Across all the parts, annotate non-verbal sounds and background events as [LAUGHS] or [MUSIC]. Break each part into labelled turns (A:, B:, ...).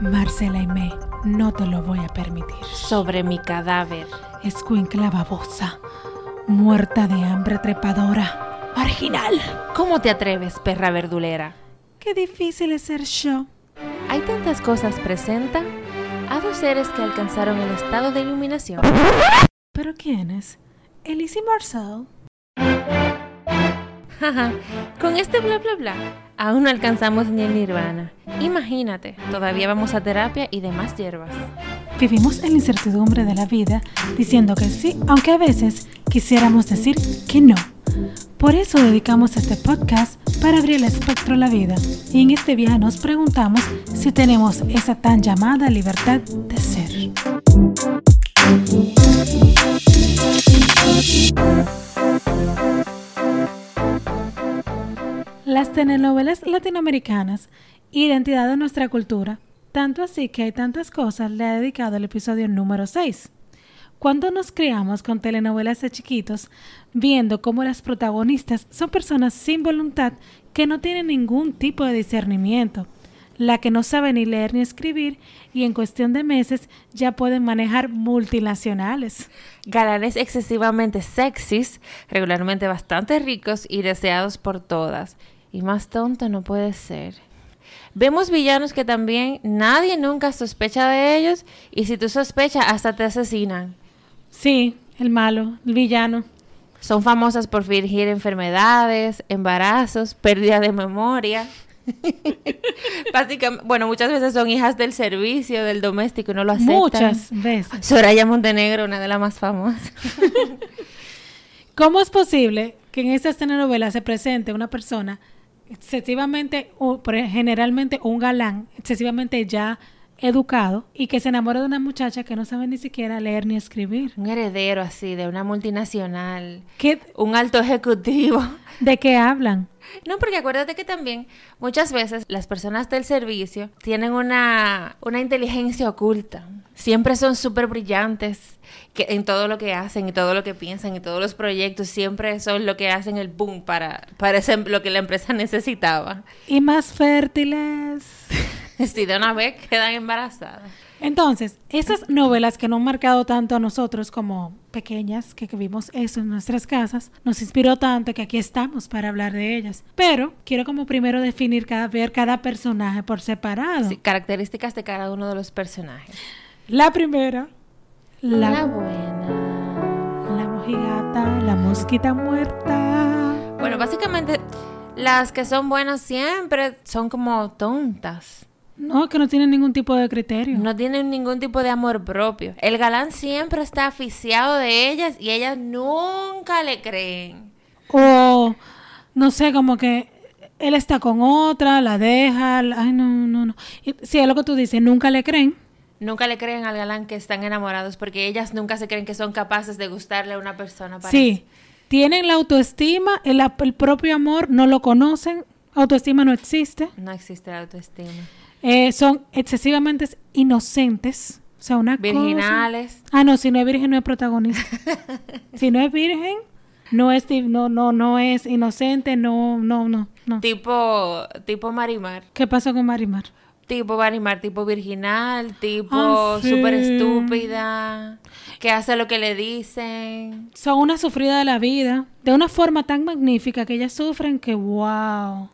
A: Marcela y me, no te lo voy a permitir.
B: Sobre mi cadáver.
A: Escuincla babosa, muerta de hambre trepadora, marginal.
B: ¿Cómo te atreves, perra verdulera?
A: Qué difícil es ser yo.
B: Hay tantas cosas presenta a dos seres que alcanzaron el estado de iluminación.
A: ¿Pero quién es? Elise y Marcel.
B: Jaja, con este bla bla bla, aún no alcanzamos ni el nirvana. Imagínate, todavía vamos a terapia y demás hierbas.
A: Vivimos en la incertidumbre de la vida diciendo que sí, aunque a veces quisiéramos decir que no. Por eso dedicamos este podcast para abrir el espectro a la vida y en este viaje nos preguntamos si tenemos esa tan llamada libertad de ser. Las telenovelas latinoamericanas, identidad de nuestra cultura, tanto así que hay tantas cosas le ha dedicado el episodio número 6. Cuando nos criamos con telenovelas de chiquitos, viendo cómo las protagonistas son personas sin voluntad que no tienen ningún tipo de discernimiento, la que no sabe ni leer ni escribir y en cuestión de meses ya pueden manejar multinacionales.
B: Galanes excesivamente sexys, regularmente bastante ricos y deseados por todas. Y más tonto no puede ser. Vemos villanos que también nadie nunca sospecha de ellos y si tú sospechas hasta te asesinan.
A: Sí, el malo, el villano.
B: Son famosas por fingir enfermedades, embarazos, pérdida de memoria. Básicamente, bueno, muchas veces son hijas del servicio, del doméstico, y no lo aceptan.
A: Muchas veces.
B: Soraya Montenegro, una de las más famosas.
A: ¿Cómo es posible que en estas telenovelas se presente una persona excesivamente, o pre- generalmente un galán, excesivamente ya educado y que se enamora de una muchacha que no sabe ni siquiera leer ni escribir?
B: Un heredero así de una multinacional,
A: ¿Qué,
B: un alto ejecutivo.
A: ¿De qué hablan?
B: [LAUGHS] No, porque acuérdate que también muchas veces las personas del servicio tienen una, una inteligencia oculta. Siempre son súper brillantes que, en todo lo que hacen y todo lo que piensan y todos los proyectos. Siempre son lo que hacen el boom para, para ese- em, lo que la empresa [LAUGHS] necesitaba.
A: Y más fértiles.
B: Si de una vez quedan embarazadas.
A: Entonces, esas novelas que no han marcado tanto a nosotros como pequeñas, que que vimos eso en nuestras casas, nos inspiró tanto que aquí estamos para hablar de ellas. Pero quiero como primero definir cada, ver cada personaje por separado.
B: Sí, características de cada uno de los personajes.
A: La primera,
B: La,
A: la,
B: buena.
A: la mojigata, la mosquita muerta.
B: Bueno, básicamente las que son buenas siempre son como tontas.
A: No, que no tiene ningún tipo de criterio.
B: No tienen ningún tipo de amor propio. El galán siempre está aficiado de ellas y ellas nunca le creen.
A: O, no sé, como que él está con otra, la deja, la- ay, no, no, no. Y si es lo que tú dices, nunca le creen.
B: Nunca le creen al galán que están enamorados porque ellas nunca se creen que son capaces de gustarle a una persona. Para
A: Sí, tienen la autoestima, el, ap- el propio amor, no lo conocen, autoestima no existe,
B: No existe la autoestima.
A: eh, son excesivamente inocentes, o sea, una cosa-
B: Virginales.
A: Ah, no, si no es virgen no es
B: [LAUGHS]
A: protagonista. si no es virgen, no es, di- no, no, no es inocente, no, no, no, no.
B: Tipo, tipo Marimar.
A: ¿Qué pasó con Marimar?
B: Tipo Marimar, tipo virginal, tipo
A: Ah, sí.
B: súper estúpida, que hace lo que le dicen.
A: Son una sufrida de la vida, de una forma tan magnífica que ellas sufren que wow.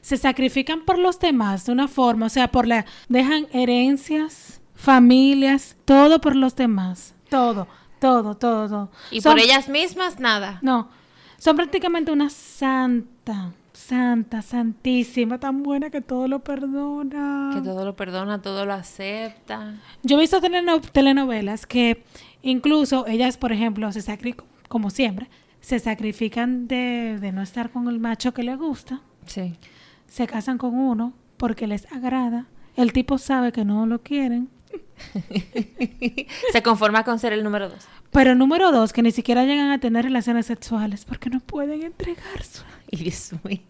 A: Se sacrifican por los demás de una forma, o sea, por la dejan herencias, familias, todo por los demás, todo, todo, todo, todo.
B: Y
A: Son-
B: por ellas mismas, nada.
A: No, son prácticamente una santa, santa, santísima, tan buena que todo lo perdona.
B: Que todo lo perdona, todo lo acepta.
A: Yo he visto teleno- telenovelas que incluso ellas, por ejemplo, se sacrifican, como siempre, se sacrifican de, de no estar con el macho que le gusta,
B: Sí.
A: se casan con uno porque les agrada, el tipo sabe que no lo quieren,
B: [LAUGHS] Se conforma con ser el número [LAUGHS] dos.
A: pero número dos, que ni siquiera llegan a tener relaciones sexuales porque no pueden entregarse.
B: Y Dios mío.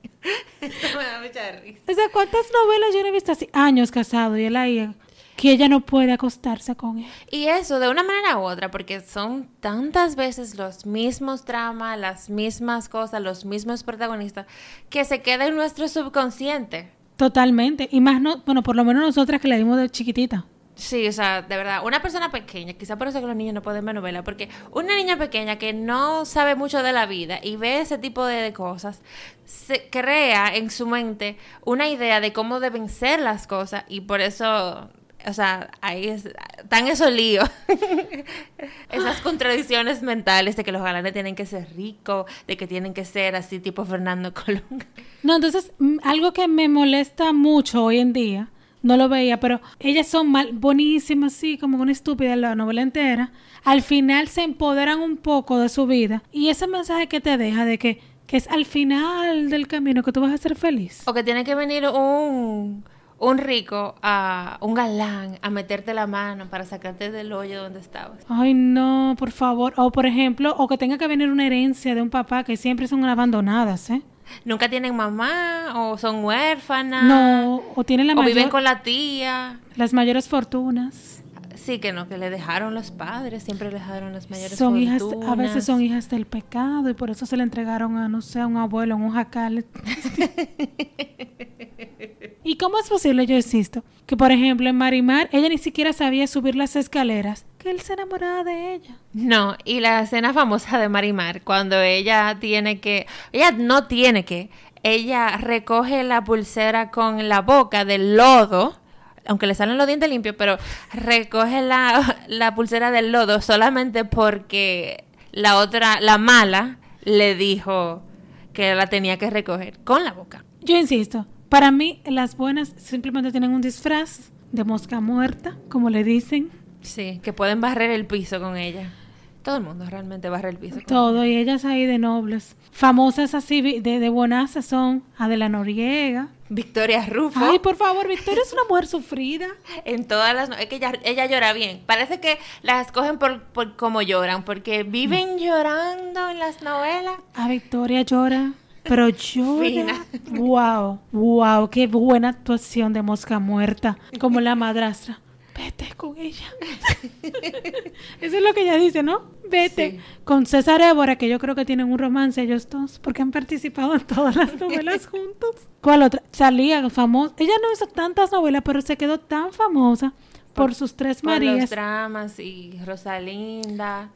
B: Esto me da mucha risa.
A: O sea, ¿cuántas novelas yo no he visto así? Años casado y él ahí, que ella no puede acostarse con él.
B: Y eso, de una manera u otra, porque son tantas veces los mismos dramas, las mismas cosas, los mismos protagonistas, que se queda en nuestro subconsciente.
A: Totalmente. Y más, no, bueno, por lo menos nosotras que la dimos de chiquitita.
B: Sí, o sea, de verdad, una persona pequeña, quizá por eso que los niños no pueden ver novela, porque una niña pequeña que no sabe mucho de la vida y ve ese tipo de, de cosas, se crea en su mente una idea de cómo deben ser las cosas y por eso, o sea, ahí es, tan esos líos, [LAUGHS] esas contradicciones mentales de que los galanes tienen que ser ricos, de que tienen que ser así tipo Fernando Colón.
A: No, entonces, mm, algo que me molesta mucho hoy en día, no lo veía, pero ellas son mal, buenísimas, sí, como una estúpida en la novela entera. Al final se empoderan un poco de su vida. Y ese mensaje que te deja de que, que es al final del camino que tú vas a ser feliz.
B: O que tiene que venir un, un rico, a, un galán, a meterte la mano para sacarte del hoyo donde estabas.
A: Ay, no, por favor. O por ejemplo, o que tenga que venir una herencia de un papá que siempre son abandonadas, ¿eh?
B: Nunca tienen mamá, o son huérfanas,
A: No, o tienen la
B: Ah. o viven
A: mayor,
B: con la tía.
A: las mayores fortunas.
B: Sí, que no, que le dejaron los padres, siempre le dejaron las mayores
A: Son hijas, a veces
B: fortunas.
A: son hijas del pecado y por eso se le entregaron a, no sé, a un abuelo, a un
B: [LAUGHS]
A: jacal. ¿Y cómo es posible, yo insisto, que por ejemplo en Marimar ella ni siquiera sabía subir las escaleras, que él se enamoraba de ella?
B: No, y la escena famosa de Marimar, cuando ella tiene que, ella no tiene que, ella recoge la pulsera con la boca del lodo, aunque le salen los dientes limpios, pero recoge la, [LAUGHS] la pulsera del lodo solamente porque la otra, la mala, le dijo que la tenía que recoger con la boca.
A: Yo insisto, para mí las buenas simplemente tienen un disfraz de mosca muerta, como le dicen,
B: Sí, que pueden barrer el piso con ella. Todo el mundo realmente barre el piso. con
A: todo, y ellas ahí de nobles. Famosas así, vi- de, de bonazas son Adela Noriega.
B: Victoria Rufo.
A: Ay, por favor, Victoria es una mujer sufrida.
B: En todas las... no- Es que ella, ella llora bien. Parece que las escogen por, por cómo lloran, porque viven llorando en las novelas.
A: A Ah, Victoria llora, pero
B: [LAUGHS]
A: llora.
B: Fina.
A: Wow, wow, qué buena actuación de mosca muerta, como la madrastra. Vete con
B: [LAUGHS]
A: ella. Eso es lo que ella dice, ¿no? Vete.
B: Sí.
A: Con César Évora, que yo creo que tienen un romance ellos dos, porque han participado en todas las
B: [LAUGHS]
A: novelas juntos. ¿Cuál otra? Salía famosa. Ella no hizo tantas novelas, pero se quedó tan famosa por,
B: Por-
A: sus tres
B: Por los
A: Marías,
B: dramas y Rosalinda.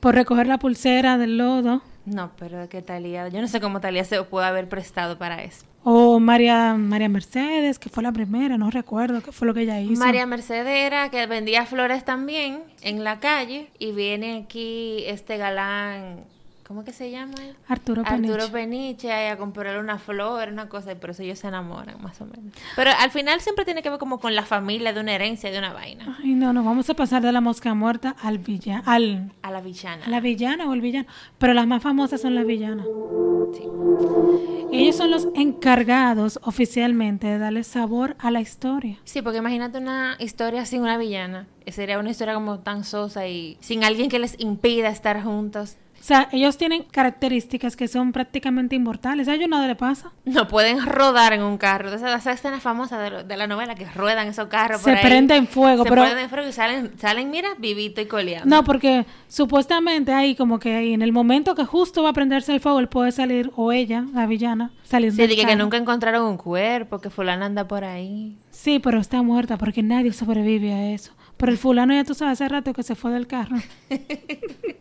A: por recoger la pulsera del lodo.
B: No, pero que Talía... Yo no sé cómo Talía se pudo haber prestado para eso.
A: O María, María Mercedes, que fue la primera, no recuerdo qué fue lo que ella hizo.
B: María Mercedes era que vendía flores también en la calle. Y viene aquí este galán... ¿Cómo que se llama él?
A: Arturo Peniche.
B: Arturo Peniche ahí a comprarle una flor, una cosa, y por eso ellos se enamoran, más o menos. Pero al final siempre tiene que ver como con la familia, de una herencia, de una vaina.
A: Ay, no, nos vamos a pasar de la mosca muerta al villa, al,
B: A la
A: a
B: villana.
A: la villana o el villano. Pero las más famosas son las villanas.
B: Sí.
A: Ellos son los encargados oficialmente de darle sabor a la historia.
B: Sí, porque imagínate una historia sin una villana. Sería una historia como tan sosa y sin alguien que les impida estar juntos.
A: O sea, ellos tienen características que son prácticamente inmortales. A ellos nada le pasa.
B: No pueden rodar en un carro. Esa, esa escena famosa de, lo- de la novela que ruedan esos carros.
A: Se
B: por ahí.
A: prende en fuego,
B: Se
A: pero-
B: prenden en fuego y salen, salen, mira, vivito y coleando.
A: No, porque supuestamente ahí como que ahí en el momento que justo va a prenderse el fuego, él puede salir, o ella, la villana, salir
B: Sí,
A: del
B: dije que
A: carro.
B: nunca encontraron un cuerpo, que fulana anda por ahí.
A: Sí, pero está muerta porque nadie sobrevive a eso. Pero el fulano ya tú sabes hace rato que se fue del
B: [LAUGHS]
A: carro.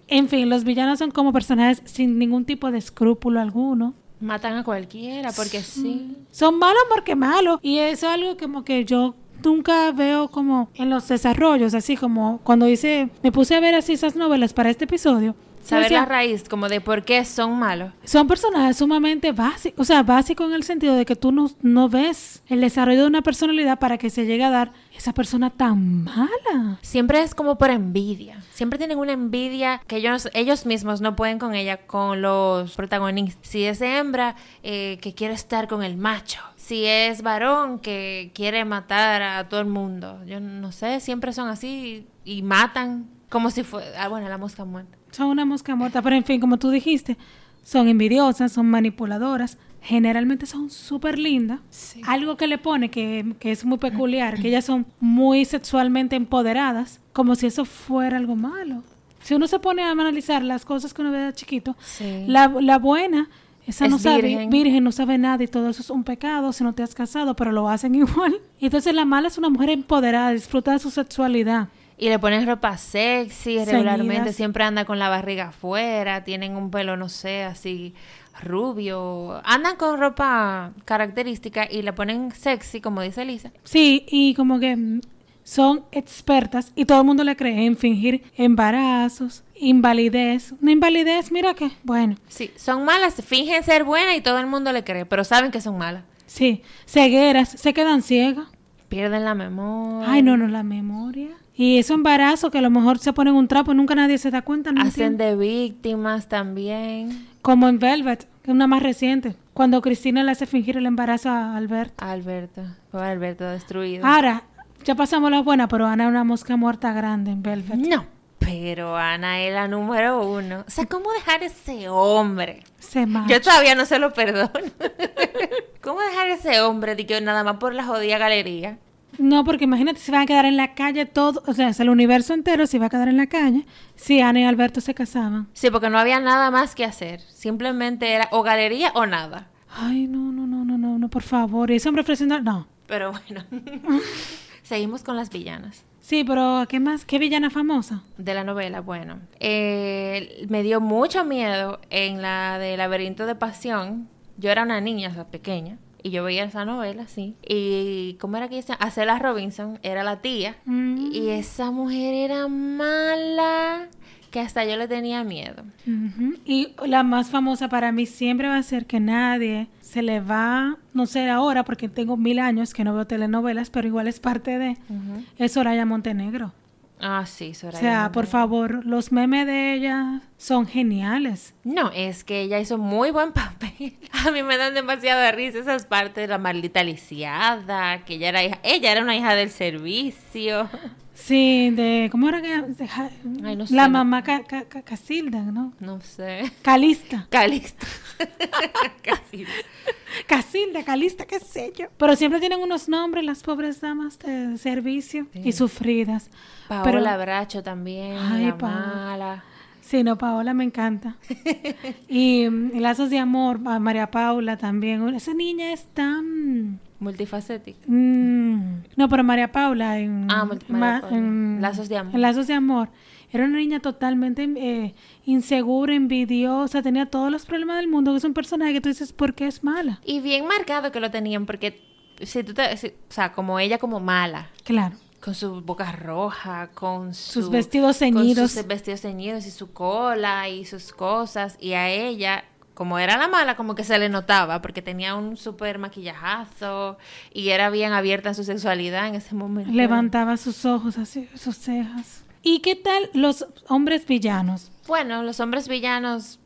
A: en fin, los villanos son como personajes sin ningún tipo de escrúpulo alguno.
B: Matan a cualquiera porque sí.
A: Son malos porque malos. Y eso es algo como que yo nunca veo como en los desarrollos, así como cuando hice, me puse a ver así esas novelas para este episodio. yo
B: Saber
A: decía,
B: la raíz, como de por qué son malos.
A: son personajes sumamente básicos, o sea, básicos en el sentido de que tú no, no ves el desarrollo de una personalidad para que se llegue a dar esa persona tan mala.
B: Siempre es como por envidia. Siempre tienen una envidia que ellos, ellos mismos no pueden con ella, con los protagonistas. Si es hembra, eh, que quiere estar con el macho. Si es varón, que quiere matar a todo el mundo. Yo no sé, siempre son así y, y matan. Como si fuera, ah, bueno, la mosca muerta.
A: Son una mosca muerta, pero en fin, como tú dijiste, son envidiosas, son manipuladoras, generalmente son súper lindas. Algo que le pone que, que es muy peculiar, que ellas son muy sexualmente empoderadas, como si eso fuera algo malo. Si uno se pone a analizar las cosas que uno ve de chiquito,
B: Sí.
A: la, la buena Esa no
B: Mm. Es
A: sabe, virgen.
B: virgen.
A: no sabe nada y todo eso es un pecado si no te has casado, pero lo hacen [LAUGHS] igual. Entonces la mala es una mujer empoderada, disfruta de su sexualidad.
B: Y le ponen ropa sexy regularmente,
A: Ceñidas.
B: siempre anda con la barriga afuera, tienen un pelo, no sé, así rubio. Andan con ropa característica y la ponen sexy, como dice Lisa.
A: Sí, y como que mm, son expertas y todo el mundo le cree en fingir embarazos, invalidez. Una invalidez, mira que, bueno,
B: Sí, son malas, fingen ser buenas y todo el mundo le cree, pero saben que son malas.
A: sí, cegueras, se quedan ciegas.
B: Pierden la memoria.
A: Ay, no, no, la memoria. Y eso embarazo que a lo mejor se ponen un trapo, nunca nadie se da cuenta. No
B: Hacen
A: entiendo.
B: de víctimas también.
A: Como en Velvet, que es una más reciente, cuando Cristina le hace fingir el embarazo a Alberto.
B: Alberto, pobre Alberto destruido.
A: Ahora, ya pasamos la buena, pero Ana es una mosca muerta grande en Velvet.
B: no, pero Ana es la número uno. O sea, ¿cómo dejar ese hombre?
A: Se mata.
B: Yo todavía no se lo perdono. [LAUGHS] ¿Cómo dejar ese hombre de que nada más por la jodida galería?
A: No, porque imagínate, se van a quedar en la calle todo, o sea, es el universo entero se va a quedar en la calle si Ana y Alberto se casaban.
B: Sí, porque no había nada más que hacer. Simplemente era o galería o nada.
A: Ay, no, no, no, no, no, no, por favor. Y ese hombre ofreciendo, no.
B: Pero [LAUGHS] bueno, seguimos con las villanas.
A: Sí, pero ¿qué más? ¿Qué villana famosa?
B: De la novela, bueno. Eh, me dio mucho miedo en la de Laberinto de Pasión. Yo era una niña, o sea, pequeña. Y yo veía esa novela, sí. Y, ¿cómo era que dice? Acela Robinson era la tía.
A: Mm.
B: Y esa mujer era mala, que hasta yo le tenía miedo.
A: Ujú. Y la más famosa para mí siempre va a ser que nadie se le va, no sé ahora, porque tengo mil años que no veo telenovelas, pero igual es parte de, es Soraya Montenegro.
B: Ah, sí, Soraya.
A: o sea,
B: Montenegro.
A: por favor, los memes de ella son geniales.
B: No, es que ella hizo muy buen [LAUGHS] papel. A mí me dan demasiada risa esas partes de la maldita lisiada, que ella era hija, ella era una hija del servicio. [LAUGHS]
A: Sí, de, ¿cómo era que? de Ja-
B: Ay, no sé,
A: la
B: no-
A: mamá ca, Ca- Ca- Casilda, ¿no?
B: No sé.
A: Calista.
B: Calixto. [LAUGHS] Casi.
A: Casilda, Calista, qué sé yo. Pero siempre tienen unos nombres las pobres damas de servicio y sufridas. Pero-
B: Paola Bracho también,
A: Ay,
B: la
A: Paola.
B: mala.
A: Sí, no, Paola me
B: [LAUGHS]
A: encanta. y mm, Lazos de Amor, a María Paula también. Esa niña es tan...
B: Multifacética.
A: mm, no, pero María Paula en,
B: Ah, Mul- María Paula. Lazos de Amor.
A: en Lazos de Amor. Era una niña totalmente eh, insegura, envidiosa, tenía todos los problemas del mundo. Es un personaje que tú dices, ¿por qué es mala?
B: Y bien marcado que lo tenían, porque si tú te, si- o sea, como ella como mala,
A: Claro.
B: con su boca roja, con su-
A: Sus vestidos
B: con
A: ceñidos.
B: sus vestidos ceñidos y su cola y sus cosas. Y a ella, como era la mala, como que se le notaba, porque tenía un súper maquillajazo y era bien abierta en su sexualidad en ese momento.
A: Levantaba sus ojos, así, sus cejas. ¿Y qué tal los hombres villanos?
B: Bueno, los hombres villanos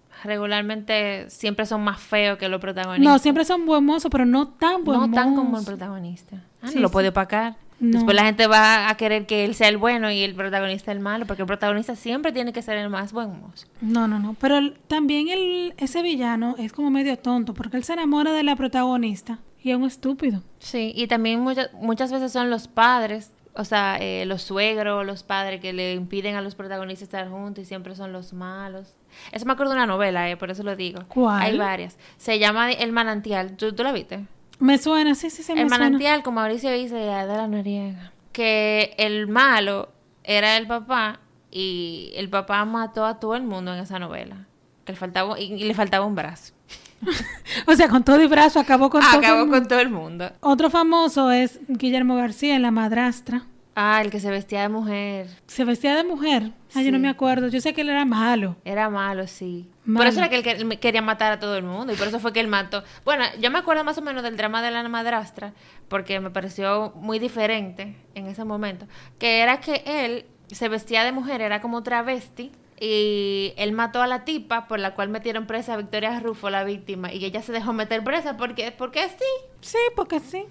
B: regularmente siempre son más feos que los protagonistas.
A: No, siempre son buen mozo, pero no tan buen
B: no tan como el
A: mozo.
B: protagonista. Ah,
A: Sí,
B: no lo
A: sí.
B: puede opacar.
A: No.
B: Después la gente va a querer que él sea el bueno y el protagonista el malo, porque el protagonista siempre tiene que ser el más buen mozo.
A: No, no, no. Pero el- también el, ese villano es como medio tonto, porque él se enamora de la protagonista y es un estúpido.
B: Sí, y también muchas muchas veces son los padres, o sea, eh, los suegros, los padres que le impiden a los protagonistas estar juntos y siempre son los malos. Eso me acuerdo de una novela, eh, por eso lo digo.
A: ¿Cuál?
B: Hay varias. Se llama El Manantial. ¿Tú, tú la viste?
A: Me suena, sí, sí, sí, me
B: el
A: suena.
B: manantial, como Mauricio dice, de la Noriega. Que el malo era el papá y el papá mató a todo el mundo en esa novela. Que le faltaba, y, y le faltaba un brazo.
A: [LAUGHS] O sea, con todo y brazo acabó con todo.
B: [LAUGHS] Acabó
A: el
B: con
A: mundo.
B: todo el mundo.
A: Otro famoso es Guillermo García, la madrastra.
B: Ah, el que se vestía de mujer.
A: Se vestía de mujer. Ay, yo no
B: Sí.
A: me acuerdo. Yo sé que él era malo.
B: Era malo, sí. Por
A: Malo.
B: eso era que él quer- quería matar a todo el mundo y por eso fue que él mató. Bueno, yo me acuerdo más o menos del drama de la madrastra porque me pareció muy diferente en ese momento. Que era que él se vestía de mujer, era como travesti y él mató a la tipa por la cual metieron presa a Victoria Rufo, la víctima, y ella se dejó meter presa porque, porque sí.
A: Sí, porque sí.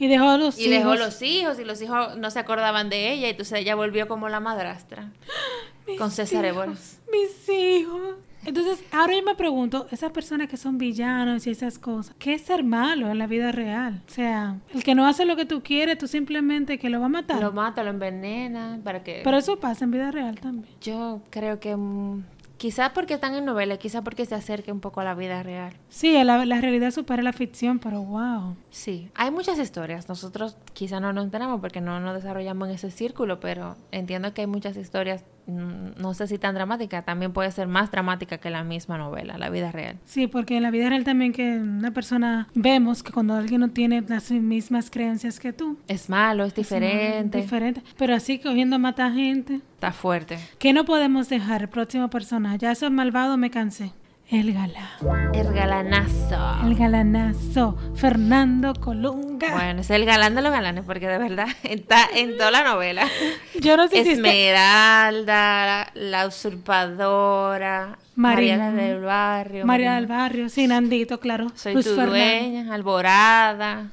A: Y dejó los
B: Y dejó
A: hijos.
B: los hijos y los hijos no se acordaban de ella y entonces ella volvió como la madrastra
A: [GASPS] Mis
B: con César Évora.
A: hijos, Mis hijos. Entonces, ahora yo me pregunto, esas personas que son villanos y esas cosas, ¿qué es ser malo en la vida real? O sea, el que no hace lo que tú quieres, tú simplemente que lo va a matar.
B: Lo mata, lo envenena para que...
A: Pero eso pasa en vida real también.
B: Yo creo que mm, Quizás porque están en novelas, quizás porque se acerque un poco a la vida real.
A: Sí, la, la realidad supera la ficción, pero wow.
B: Sí, hay muchas historias. Nosotros quizás no nos enteramos porque no nos desarrollamos en ese círculo, pero entiendo que hay muchas historias, mm, no sé si tan dramática, también puede ser más dramática que la misma novela, la vida real.
A: Sí, porque en la vida real también que una persona vemos que cuando alguien no tiene las mismas creencias que tú,
B: Es malo, es
A: es muy
B: diferente,
A: diferente. Pero así cogiendo a matar gente.
B: está fuerte.
A: Que no podemos dejar el próximo personaje. Ya eso malvado me cansé. El galán.
B: El galanazo. [LAUGHS]
A: El galanazo. Fernando Colunga.
B: Bueno, es el galán de los galanes porque de verdad [LAUGHS] está en toda la novela.
A: Yo no sé si este-
B: Esmeralda, la usurpadora,
A: María-
B: Mariana del Barrio.
A: María del Barrio, sí, Nandito, claro.
B: Soy
A: Luis
B: tu
A: Fernando.
B: dueña, Alborada.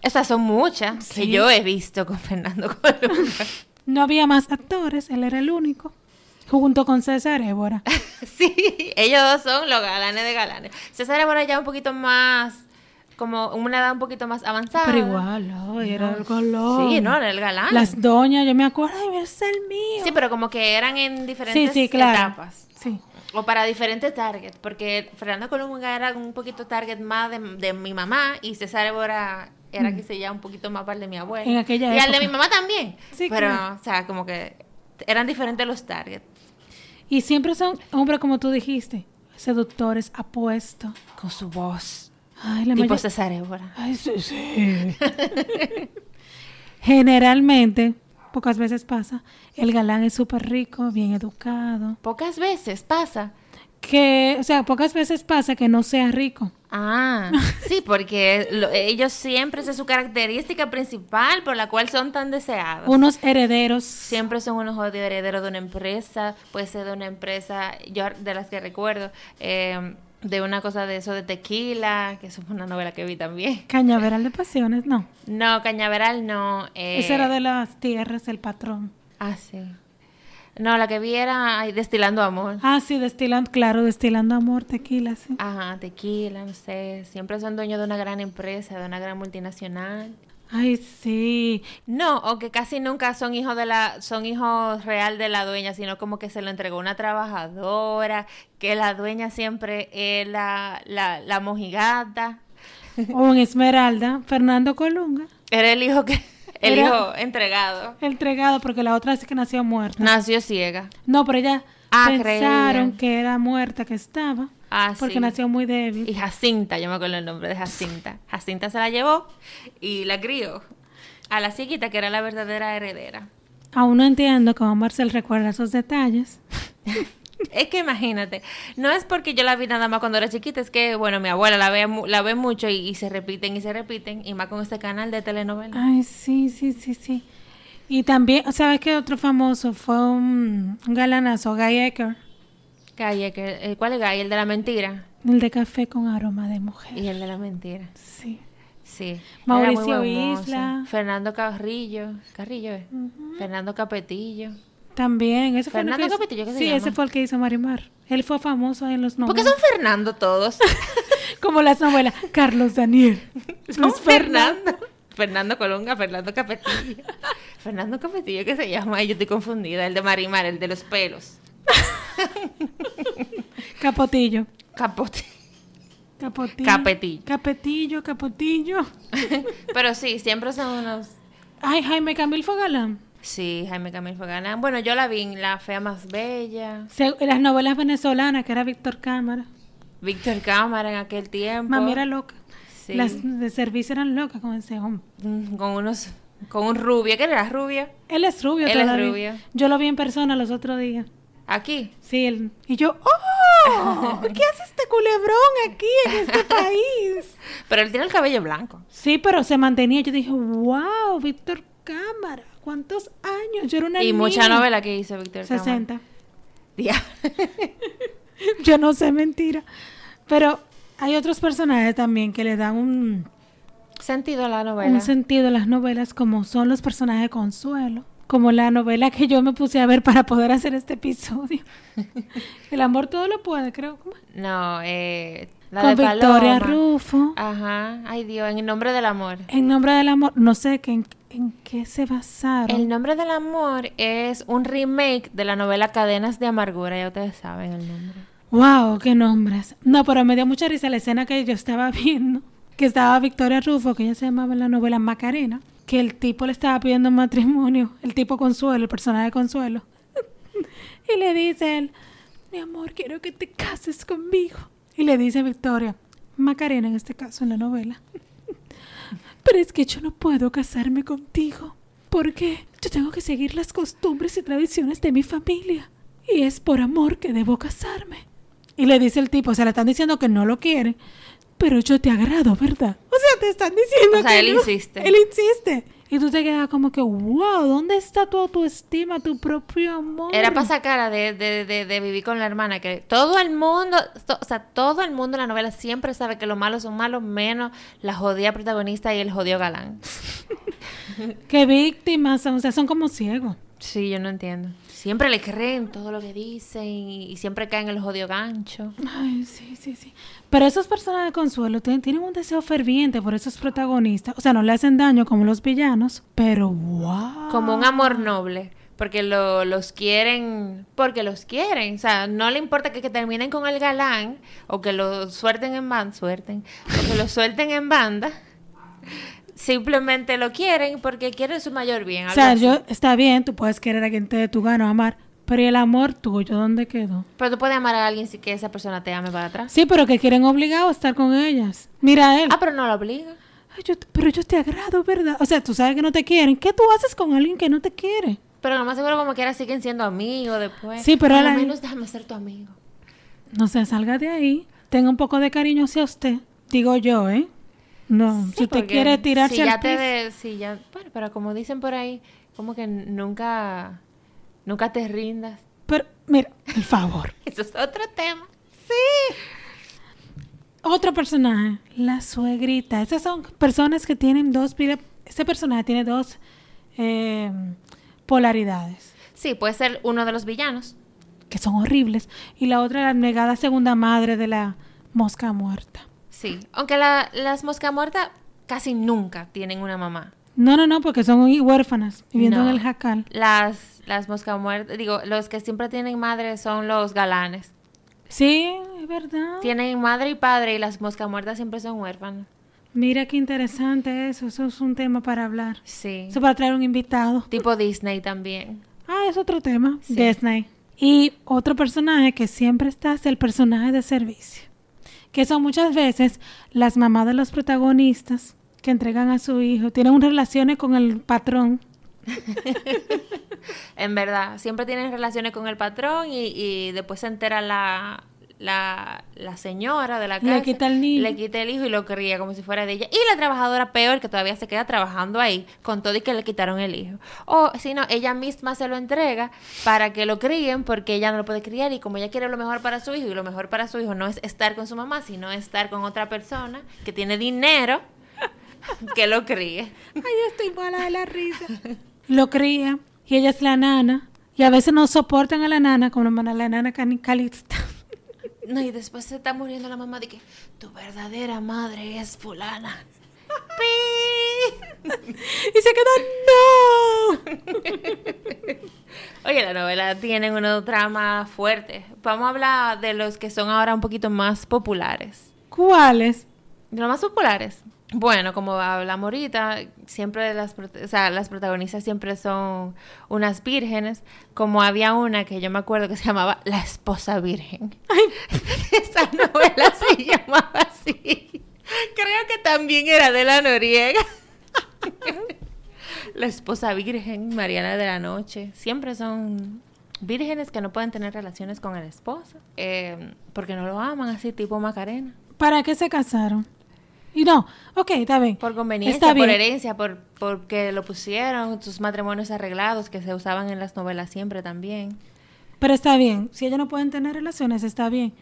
B: Esas son muchas que
A: Sí.
B: yo he visto con Fernando [LAUGHS] Colunga.
A: No había más actores, él era el único. Junto con César Évora.
B: Ah. sí, ellos dos son los galanes de galanes. César Évora ya un poquito más, como una edad un poquito más avanzada.
A: Pero igual, ay, era el color.
B: Sí, no, era el galán.
A: Las doñas, yo me acuerdo, ay, es el mío.
B: Sí, pero como que eran en
A: sí,
B: diferentes
A: sí, claro.
B: etapas.
A: Sí.
B: O para diferentes targets, porque Fernando Colunga era un poquito target más de, de mi mamá y César Évora era quizá ya un poquito más para el de mi abuela.
A: En aquella
B: y al de
A: época.
B: mi mamá también.
A: Sí,
B: pero,
A: claro.
B: o sea, como que eran diferentes los targets.
A: Y siempre son hombres, como tú dijiste, seductores, apuestos.
B: Con su voz.
A: Ay, la
B: tipo
A: mayor-
B: César Évora.
A: Ay, sí, sí. [LAUGHS] Generalmente, pocas veces pasa, el galán es súper rico, bien educado.
B: Pocas veces pasa.
A: Que, o sea, pocas veces pasa que no sea rico. [LAUGHS]
B: Ah, sí, porque lo- ellos siempre esa es su característica principal por la cual son tan deseados.
A: Unos herederos.
B: Siempre son unos jodidos herederos de una empresa, puede ser de una empresa, yo de las que recuerdo, eh, de una cosa de eso de tequila, que eso fue una novela que vi también.
A: Cañaveral de pasiones, no.
B: No, Cañaveral no. eh,
A: Ese era de las tierras, el patrón.
B: Ah, sí. No, la que vi era ay, Destilando Amor.
A: Ah, sí, destilando, claro, destilando amor, tequila, sí.
B: Ajá, tequila, no sé. Siempre son dueños de una gran empresa, de una gran multinacional.
A: Ay, sí.
B: No, o que casi nunca son hijos de la, son hijos real de la dueña, sino como que se lo entregó una trabajadora, que la dueña siempre es la, la, la mojigata.
A: O en Esmeralda, Fernando Colunga,
B: Era el hijo que, [LAUGHS] el
A: Era-
B: hijo entregado.
A: entregado porque la otra sí que nació muerta.
B: Nació ciega.
A: No, pero ella
B: Ah,
A: pensaron
B: creían.
A: que era muerta, que estaba,
B: Ah,
A: porque
B: sí.
A: nació muy débil.
B: Y Jacinta, yo me acuerdo el nombre de Jacinta. Jacinta se la llevó y la crió a la cieguita que era la verdadera heredera.
A: Aún no entiendo cómo Marcel recuerda esos detalles.
B: Es que imagínate, no es porque yo la vi nada más cuando era chiquita, es que, bueno, mi abuela la ve, mu- la ve mucho y, y se repiten y se repiten, y más con este canal de telenovela.
A: Ay, sí, sí, sí, sí. Y también, ¿sabes qué otro famoso? Fue un, un galanazo, Guy Ecker,
B: Calle, que, eh, ¿cuál es Gaia? El de la mentira.
A: el de café con aroma de mujer.
B: Y el de la mentira,
A: Sí.
B: sí.
A: Mauricio
B: Era muy buen mozo.
A: Isla.
B: Fernando Carrillo, Carrillo, eh. Fernando Capetillo.
A: También, ese fue el
B: Fernando
A: que hizo-
B: Capetillo, ¿qué se
A: Sí, ese
B: llama?
A: fue el que hizo Marimar. Él fue famoso en los
B: ¿Por qué
A: novelas.
B: son Fernando todos?
A: [LAUGHS] Como las novelas. Carlos
B: [LAUGHS]
A: Daniel.
B: son
A: Luis Fernando.
B: Fernando. Fernando Colunga, Fernando Capetillo. [LAUGHS] Fernando Capetillo, ¿qué se llama? Ay, yo estoy confundida. El de Marimar, el de los pelos.
A: Capotillo.
B: Capote.
A: Capotillo.
B: Capetillo.
A: Capetillo, capotillo.
B: [LAUGHS] Pero sí, siempre son unos.
A: Ay, Jaime Camil fue galán.
B: Sí, Jaime Camil fue galán. Bueno, yo la vi en La Fea Más Bella,
A: Se- en las novelas venezolanas, que era Víctor Cámara.
B: Víctor Cámara en aquel tiempo.
A: Mami era loca.
B: Sí.
A: Las de servicio eran locas con ese hombre.
B: Mm, Con unos. Con un rubio. ¿Quién era rubio?
A: Él es rubio
B: Él es
A: todavía.
B: rubio.
A: Yo lo vi en persona los otros días.
B: Aquí.
A: Sí, él. Y yo,
B: [LAUGHS]
A: ¡oh! ¿Qué hace este culebrón aquí en este país?
B: Pero él tiene el cabello blanco.
A: Sí, pero se mantenía. Yo dije, wow, Víctor Cámara, ¿cuántos años? Yo era una
B: y
A: niña.
B: mucha novela que hizo Víctor Cámara.
A: 60. [LAUGHS]
B: Dia-
A: Yo no sé mentira. Pero hay otros personajes también que le dan un,
B: Sentido a la novela.
A: un sentido a las novelas, como son los personajes de Consuelo, como la novela que yo me puse a ver para poder hacer este episodio. El amor todo lo puede, creo. ¿Cómo es?
B: No, eh. La
A: Con
B: de
A: Victoria
B: Paloma.
A: Rufo.
B: Ajá. Ay, Dios, en nombre del amor.
A: En nombre del amor, no sé, que en, ¿En qué se basaron?
B: El nombre del amor es un remake de la novela Cadenas de Amargura, ya ustedes saben el nombre.
A: ¡Wow! ¡Qué nombres! No, pero me dio mucha risa la escena que yo estaba [LAUGHS] viendo, que estaba Victoria Rufo, que ella se llamaba en la novela Macarena, que el tipo le estaba pidiendo matrimonio, el tipo Consuelo, el personaje de Consuelo. y le dice él, mi amor, quiero que te cases conmigo. Y le dice Victoria, Macarena en este caso en la novela, [LAUGHS] pero es que yo no puedo casarme contigo, porque yo tengo que seguir las costumbres y tradiciones de mi familia. Y es por amor que debo casarme. Y le dice el tipo, o sea, le están diciendo que no lo quiere, pero yo te agrado, ¿verdad? O sea, te están diciendo
B: O sea,
A: que
B: él
A: no.
B: insiste.
A: Él insiste. Y tú te quedas como que, wow, ¿dónde está tu autoestima, tu propio amor?
B: Era para sacar a de, de, de, de vivir con la hermana, que todo el mundo, to- o sea, todo el mundo en la novela siempre sabe que los malos son malos, menos la jodida protagonista y el jodido galán.
A: Qué víctimas son, o sea, son como ciegos.
B: Sí, yo no entiendo. Siempre le creen todo lo que dicen y, y siempre caen en el jodido gancho.
A: Ay, sí, sí, sí. Pero esos personajes de consuelo tienen, tienen un deseo ferviente por esos protagonistas. O sea, no le hacen daño como los villanos, pero wow.
B: Como un amor noble. Porque lo- los quieren, porque los quieren. O sea, no le importa que, que terminen con el galán o que lo suelten en banda, suelten, o que lo suelten en banda. Simplemente lo quieren porque quieren su mayor bien.
A: O
B: algo
A: sea,
B: así.
A: yo, está bien, tú puedes querer a quien te dé tu gano, amar, pero ¿y el amor tuyo dónde quedó?
B: Pero tú puedes amar a alguien si que esa persona te ame para atrás.
A: Sí, pero que quieren obligado a estar con ellas. Mira él.
B: Ah, pero no lo obliga.
A: Ay, yo te- pero yo te agrado, ¿verdad? O sea, tú sabes que no te quieren. ¿Qué tú haces con alguien que no te quiere?
B: Pero lo más seguro como quiera siguen siendo amigos después.
A: Sí, pero
B: Por
A: él
B: lo
A: ahí-
B: menos déjame ser tu amigo.
A: No sé, salga de ahí. Tenga un poco de cariño hacia usted. Digo yo, ¿eh? No,
B: Sí,
A: si usted
B: porque
A: quiere tirarse
B: si
A: al
B: ya te
A: piso-
B: de- si ya, bueno, pero como dicen por ahí, como que nunca, nunca te rindas.
A: [LAUGHS] Pero, mira, el favor.
B: Eso es otro tema.
A: Otro personaje, la suegrita. Esas son personas que tienen dos vidas. Este personaje tiene dos eh, polaridades
B: Sí, puede ser uno de los villanos.
A: que son horribles. Y la otra, la negada segunda madre de la mosca muerta.
B: Sí, aunque la- las mosca muertas casi nunca tienen una mamá.
A: No, no, no, porque son huérfanas viviendo
B: No.
A: en el jacal.
B: Las, las mosca muertas, digo, los que siempre tienen madre son los galanes.
A: Sí, es verdad.
B: Tienen madre y padre y las mosca muertas siempre son huérfanas.
A: Mira qué interesante eso. Eso es un tema para hablar.
B: Sí.
A: Eso para traer un invitado.
B: Tipo Disney también.
A: Ah, es otro tema.
B: Sí.
A: Disney. Y otro personaje que siempre está es el personaje de servicio. Que son muchas veces las mamás de los protagonistas que entregan a su hijo. Tienen unas relaciones con el patrón.
B: En verdad, siempre tienen relaciones con el patrón y, y después se entera la, la, la señora de la
A: Le
B: casa.
A: quita el niño.
B: Le quita el hijo y lo cría como si fuera de ella. Y la trabajadora peor que todavía se queda trabajando ahí con todo y que le quitaron el hijo. O si no, ella misma se lo entrega para que lo críen porque ella no lo puede criar y como ella quiere lo mejor para su hijo y lo mejor para su hijo no es estar con su mamá, sino estar con otra persona que tiene dinero [LAUGHS] que lo críe.
A: Ay, yo estoy mala de la risa. Lo cría y ella es la nana. Y a veces no soportan a la nana como la la nana cani- calixta.
B: No, y después se está muriendo la mamá de que tu verdadera madre es fulana. ¡Pi!
A: Y se queda, no.
B: [LAUGHS] Oye, la novela tiene una trama fuerte. Vamos a hablar de los que son ahora un poquito más populares.
A: ¿Cuáles?
B: De los más populares. Bueno, como hablamos ahorita, siempre las, prot- o sea, las protagonistas siempre son unas vírgenes, como había una que yo me acuerdo que se llamaba La Esposa Virgen. [LAUGHS] Esa novela se llamaba así. Creo que también era de la Noriega. [LAUGHS] La esposa virgen, Mariana de la Noche. Siempre son vírgenes que no pueden tener relaciones con el esposo eh, porque no lo aman, así tipo Macarena.
A: ¿Para qué se casaron? Y no, ok, está bien.
B: Por conveniencia,
A: Está
B: por
A: bien.
B: herencia, por porque lo pusieron, sus matrimonios arreglados que se usaban en las novelas siempre también.
A: Pero está bien, si ellos no pueden tener relaciones, está bien.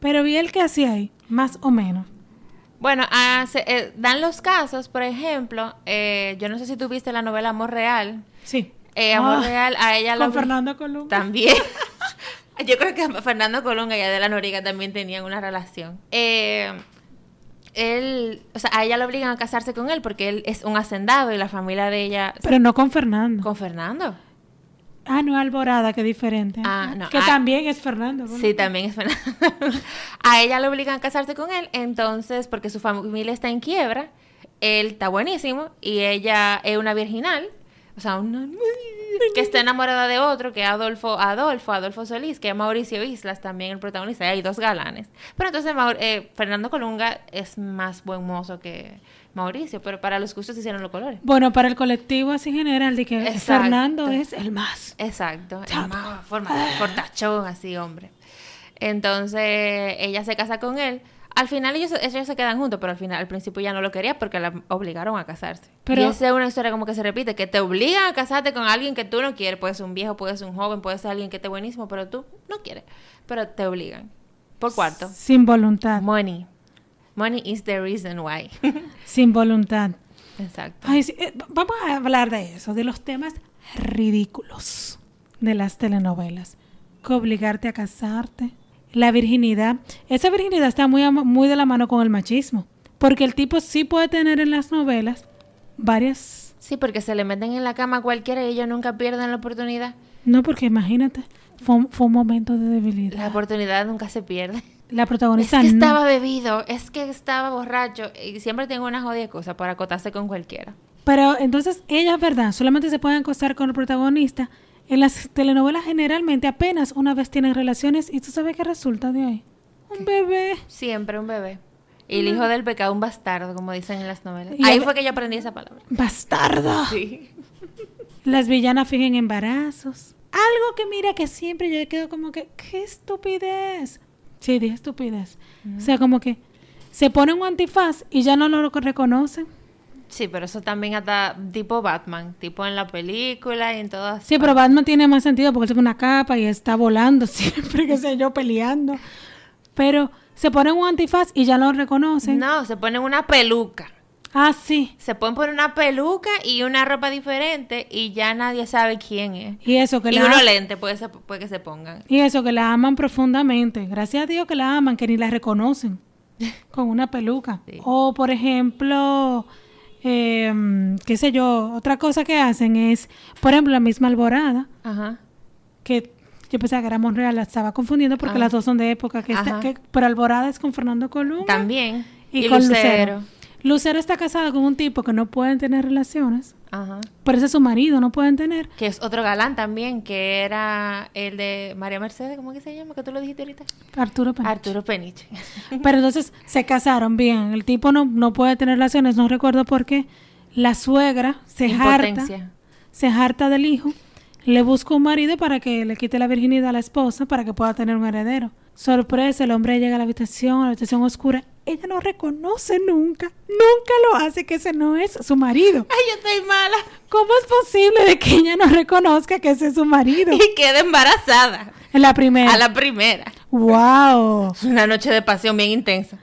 A: Pero vi el que hacía ahí, más o menos.
B: Bueno, ah, se- eh, dan los casos, por ejemplo, eh, yo no sé si tú viste la novela Amor Real.
A: Sí.
B: Eh, Amor
A: Ah,
B: Real, a ella la
A: Con Fernando Colón. [LAUGHS]
B: También. Yo creo que Fernando Colunga y Adela Noriega también tenían una relación. Eh, él, o sea, a ella la obligan a casarse con él porque él es un hacendado y la familia de ella...
A: Pero no con Fernando.
B: Con Fernando.
A: Ah, no, Alborada, que diferente.
B: Ah, no,
A: Que
B: ah,
A: también es Fernando. bueno.
B: Sí, también es Fernando. [LAUGHS] a ella la obligan a casarse con él, entonces, porque su familia está en quiebra, él está buenísimo y ella es una virginal, o sea, una... que está enamorada de otro, que es Adolfo, Adolfo, Adolfo Solís, que es Mauricio Islas, también el protagonista, y hay dos galanes. Pero entonces Maur- eh, Fernando Colunga es más buen mozo que Mauricio, pero para los gustos se hicieron los colores.
A: Bueno, para el colectivo así general, de que
B: Exacto.
A: Fernando es el más.
B: Exacto, es más forma, fortachón, así, hombre. Entonces, ella se casa con él. Al final ellos, ellos se quedan juntos, pero al final al principio ya no lo quería porque la obligaron a casarse.
A: Pero-
B: y esa es una historia como que se repite, que te obligan a casarte con alguien que tú no quieres. Puede ser un viejo, puede ser un joven, puede ser alguien que esté buenísimo, pero tú no quieres. Pero te obligan. Por cuarto,
A: Sin voluntad.
B: money. Money is the reason why.
A: Sin voluntad.
B: Exacto.
A: Ay, sí, eh, v- vamos a hablar de eso, de los temas ridículos de las telenovelas. Que obligarte a casarte. La virginidad. Esa virginidad está muy, ama- muy de la mano con el machismo. Porque el tipo sí puede tener en las novelas varias.
B: Sí, porque se le meten en la cama a cualquiera y ellos nunca pierden la oportunidad.
A: No, porque imagínate, fue, un- fue un momento de debilidad.
B: La oportunidad nunca se pierde.
A: La
B: Es
A: protagonista
B: que
A: no.
B: estaba bebido, es que estaba borracho y siempre tengo una jodida cosa para acotarse con cualquiera.
A: Pero entonces ellas, ¿verdad? Solamente se pueden acostar con el protagonista. En las telenovelas generalmente apenas una vez tienen relaciones y tú sabes qué resulta de ahí. Un bebé.
B: Siempre un bebé. Mm. Y el hijo del pecado, un bastardo, como dicen en las novelas.
A: Y a
B: Ahí
A: ve-
B: fue que yo aprendí esa palabra.
A: Bastardo.
B: Sí.
A: Las villanas fingen embarazos. Algo que mira que siempre yo quedo como que, qué estupidez. Sí, dije estupidez. O sea, como que se pone un antifaz y ya no lo rec- reconocen.
B: Sí, pero eso también hasta tipo Batman, tipo en la película y en todas.
A: Sí, pero Batman tiene más sentido porque él se pone una capa y está volando [LAUGHS] siempre, qué sé yo, peleando. Pero se ponen un antifaz y ya lo reconocen.
B: No, se ponen una peluca.
A: Ah, sí.
B: Se pueden poner una peluca y una ropa diferente y ya nadie sabe quién es.
A: Y eso que
B: Y
A: la
B: unos lentes puede, ser- puede que se pongan.
A: y eso que la aman profundamente. Gracias a Dios que la aman, que ni la reconocen
B: [LAUGHS]
A: con una peluca.
B: Sí.
A: O por ejemplo, em, qué sé yo, otra cosa que hacen es, por ejemplo, la misma Alborada.
B: Ajá.
A: que yo pensaba que era Monreal, la estaba confundiendo porque
B: Ah.
A: las dos son de época, que, está,
B: Ajá.
A: que pero Alborada es con Fernando Colunga.
B: También.
A: Y, con Lucero. Lucero. está casada con un tipo que no pueden tener relaciones,
B: Ajá.
A: pero ese es su marido, no pueden tener.
B: Que es otro galán también, que era el de María Mercedes, ¿cómo que se llama? Que tú lo dijiste ahorita.
A: Arturo Peniche.
B: Arturo Peniche.
A: [LAUGHS] Pero entonces se casaron bien, el tipo no, no puede tener relaciones, no recuerdo por qué. La suegra se harta,
B: Impotencia.
A: se harta del hijo, le busca un marido para que le quite la virginidad a la esposa para que pueda tener un heredero. Sorpresa, el hombre llega a la habitación, a la habitación oscura. Ella no reconoce nunca, nunca lo hace que ese no es su marido.
B: Ay, yo estoy mala.
A: ¿Cómo es posible de que ella no reconozca que ese es su
B: [LAUGHS]
A: marido?
B: Y quedé embarazada.
A: En la primera.
B: A la primera.
A: ¡Wow!
B: Es una noche de pasión bien intensa.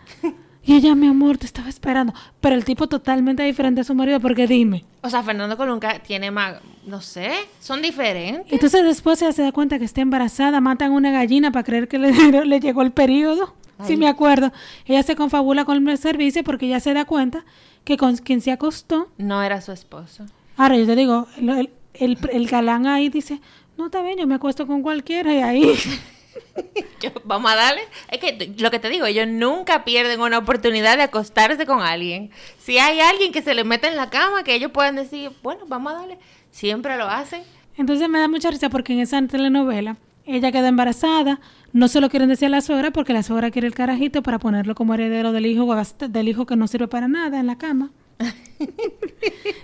A: Y ella, mi amor, te estaba esperando. Pero el tipo totalmente diferente a su marido, porque dime.
B: O sea, Fernando Colunca tiene más, no sé, son diferentes.
A: Entonces después ella se da cuenta que está embarazada, matan una gallina para creer que le, [LAUGHS] le llegó el periodo. Si
B: Ay.
A: me acuerdo. Ella se confabula con el servicio porque ella se da cuenta que con quien se acostó.
B: No era su esposo.
A: Ahora yo te digo, el, el- el- el galán ahí dice, no está bien, yo me acuesto con cualquiera y ahí. [LAUGHS]
B: [LAUGHS] Yo- vamos a darle. Es que t- lo que te digo, ellos nunca pierden una oportunidad de acostarse con alguien. Si hay alguien que se le mete en la cama, que ellos puedan decir, bueno, vamos a darle. Siempre lo hacen.
A: Entonces me da mucha risa porque en esa telenovela ella queda embarazada, no se lo quieren decir a la suegra porque la suegra quiere el carajito para ponerlo como heredero del hijo gast- del hijo que no sirve para nada en la cama.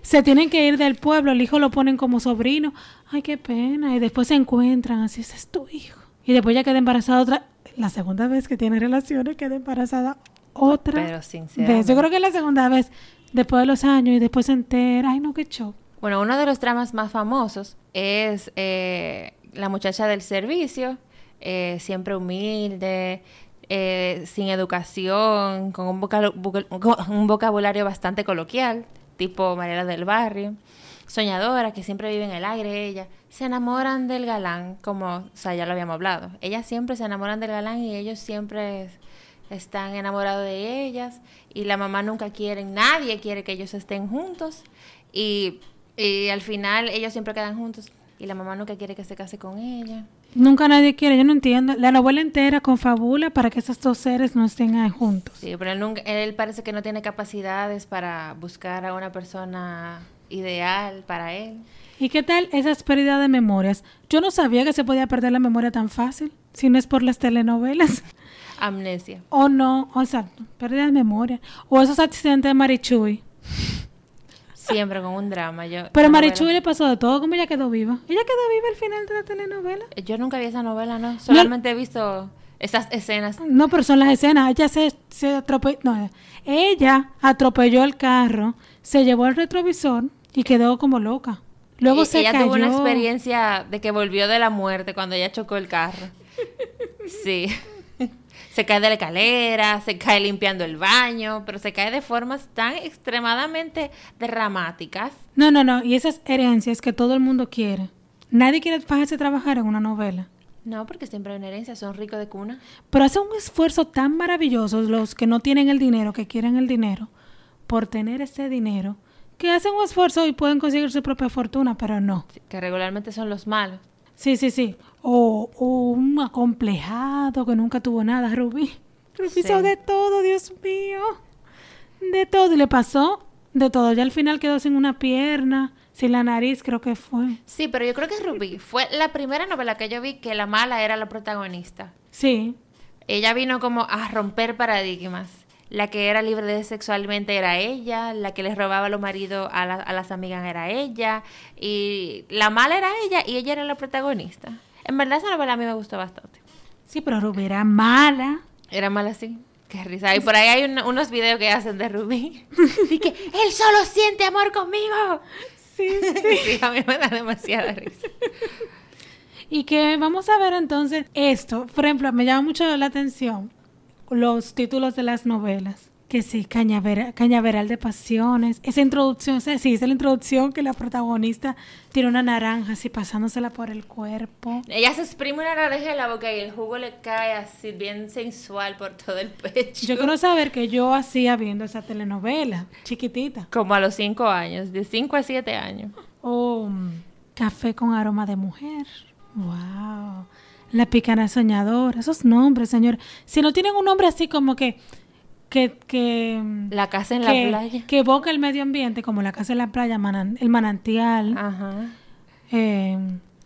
A: se tienen que ir del pueblo, el hijo lo ponen como sobrino. Ay, qué pena. Y después se encuentran, así ese es tu hijo. Y después ya queda embarazada otra, la segunda vez que tiene relaciones, queda embarazada otra.
B: Pero
A: vez.
B: sinceramente.
A: Yo creo que es la segunda vez, después de los años y después se entera. Ay, no, qué show.
B: Bueno, uno de los tramas más famosos es eh, la muchacha del servicio, eh, siempre humilde, eh, sin educación, con un, vocalo- vocal- con un vocabulario bastante coloquial, tipo Mariela del Barrio, soñadora, que siempre vive en el aire ella. Se enamoran del galán, como o sea, ya lo habíamos hablado. Ellas siempre se enamoran del galán y ellos siempre están enamorados de ellas y la mamá nunca quiere, nadie quiere que ellos estén juntos y, y al final ellos siempre quedan juntos y la mamá nunca quiere que se case con ella.
A: Nunca nadie quiere, yo no entiendo. La novela entera confabula para que esos dos seres no estén ahí juntos.
B: Sí, pero él, nunca- él parece que no tiene capacidades para buscar a una persona ideal para él.
A: ¿Y qué tal esas pérdidas de memorias? Yo no sabía que se podía perder la memoria tan fácil, si no es por las telenovelas. [LAUGHS]
B: Amnesia.
A: O no, o sea, pérdida de memoria. O esos accidentes de Marichuy.
B: Siempre con un drama. Yo,
A: Pero a
B: la
A: Marichuy
B: novela-
A: le pasó de todo, como ella quedó viva. Ella quedó viva al final de la telenovela.
B: Yo nunca vi esa novela, ¿no? Solamente he visto esas escenas.
A: No, pero son las escenas. Ella se, se atropelló. No, ella atropelló el carro, se llevó el retrovisor y quedó como loca. Luego
B: Y-
A: se
B: ella
A: cayó.
B: tuvo una experiencia de que volvió de la muerte cuando ella chocó el carro. Sí. Se cae de la escalera, se cae limpiando el baño, pero se cae de formas tan extremadamente dramáticas.
A: No, no, no. Y esas herencias que todo el mundo quiere. Nadie quiere bajarse a trabajar en una novela.
B: No, porque siempre hay una herencia, son ricos de cuna.
A: Pero hacen un esfuerzo tan maravilloso los que no tienen el dinero, que quieren el dinero, por tener ese dinero, que hacen un esfuerzo y pueden conseguir su propia fortuna, pero no.
B: Sí, Que regularmente son los malos.
A: Sí, sí, sí. O, o un acomplejado que nunca tuvo nada, Rubí. Rubí
B: Sí.
A: hizo de todo, Dios mío. De todo. Y le pasó de todo. Ya al final quedó sin una pierna, sin la nariz, creo que fue.
B: Sí, pero yo creo que Rubí fue la primera novela que yo vi que la mala era la protagonista.
A: Sí.
B: Ella vino como a romper paradigmas. La que era libre de sexualmente era ella, la que les robaba a los maridos a, la- a las amigas era ella, y la mala era ella y ella era la protagonista. En verdad esa novela a mí me gustó bastante.
A: Sí, pero Rubí era mala.
B: Era mala así. Qué risa. Y por ahí hay un- unos videos que hacen de Rubí. Y que él solo siente amor conmigo.
A: Sí,
B: [LAUGHS] Sí, a mí me da demasiada risa.
A: Y que vamos a ver entonces esto. Por ejemplo, me llama mucho la atención los títulos de las novelas. Que sí, Cañavera- Cañaveral de Pasiones. Esa introducción, o sea, sí, esa es la introducción que la protagonista tiene una naranja así pasándosela por el cuerpo.
B: Ella se exprime una naranja en la boca y el jugo le cae así bien sensual por todo el pecho.
A: Yo quiero saber qué yo hacía viendo esa telenovela, chiquitita.
B: Como a los 5 años, de 5 a 7 años.
A: O mm, Café con aroma de mujer. Wow. La pícara soñadora. Esos nombres, señor. Si no tienen un nombre así como que... que, que mm,
B: La casa en
A: que,
B: la playa.
A: que evoca el medio ambiente, como la casa de la playa, manan- el manantial.
B: Ajá.
A: eh,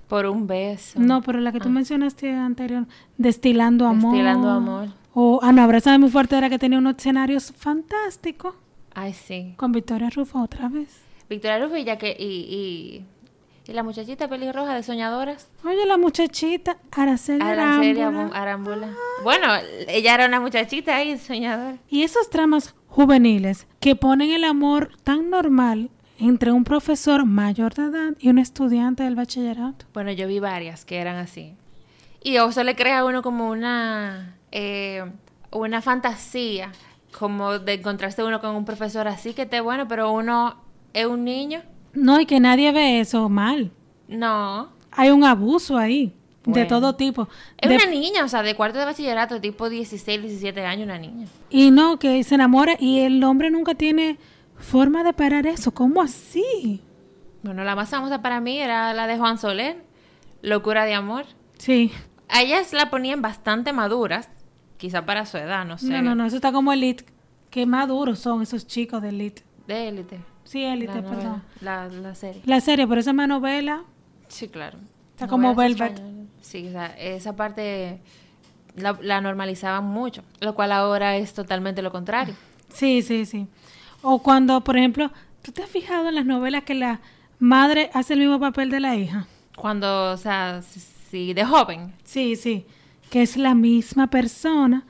B: Por un beso.
A: no, pero la que tú mencionaste anterior, Destilando Amor.
B: Ah. Destilando Amor.
A: O ah, Ana Abrázame muy fuerte era que tenía unos escenarios fantásticos
B: Ay, sí.
A: con Victoria Rufo otra vez.
B: Victoria Rufilla que, y, y, y la muchachita pelirroja de Soñadoras.
A: Oye, la muchachita, Araceli,
B: Araceli
A: Arámbula.
B: Abu- Arámbula. Bueno, ella era una muchachita ahí, soñadora.
A: Y esos tramas juveniles que ponen el amor tan normal entre un profesor mayor de edad y un estudiante del bachillerato.
B: Bueno, yo vi varias que eran así. Y eso le crea a uno como una, eh, una fantasía, como de encontrarse uno con un profesor así que esté bueno, pero uno es un niño.
A: No, y que nadie ve eso mal.
B: No.
A: Hay un abuso ahí, de
B: Bueno.
A: todo tipo.
B: Es
A: De-
B: una niña, o sea, de cuarto de bachillerato, tipo 16, 17 años, una niña.
A: Y no, que se enamora y el hombre nunca tiene forma de parar eso. ¿Cómo así?
B: Bueno, la más famosa para mí era la de Juan Soler, Locura de Amor.
A: Sí.
B: A ellas la ponían bastante maduras, quizá para su edad, no sé.
A: No, no, no, eso está como elite. Qué maduros son esos chicos de elite.
B: De élite.
A: Sí, élite,
B: La novela,
A: perdón.
B: La, la serie.
A: La serie, pero esa es más novela.
B: Sí, claro.
A: sea, como
B: Novelas
A: Velvet.
B: españolas. Sí, o sea, esa parte la, la normalizaban mucho, lo cual ahora es totalmente lo contrario.
A: Sí, sí, sí. O cuando, por ejemplo, ¿tú te has fijado en las novelas que la madre hace el mismo papel de la hija?
B: Cuando, o sea, si, si de joven.
A: Sí, sí. Que es la misma persona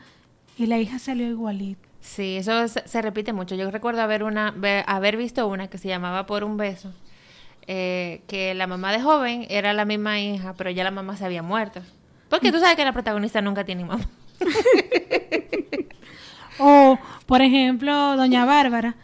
A: y la hija salió igualita.
B: Sí, eso se, se repite mucho. Yo recuerdo haber, una, ve- haber visto una que se llamaba Por un beso, eh, que la mamá de joven era la misma hija, pero ya la mamá se había muerto. Porque tú sabes que la protagonista nunca tiene mamá.
A: O, por ejemplo, Doña Bárbara,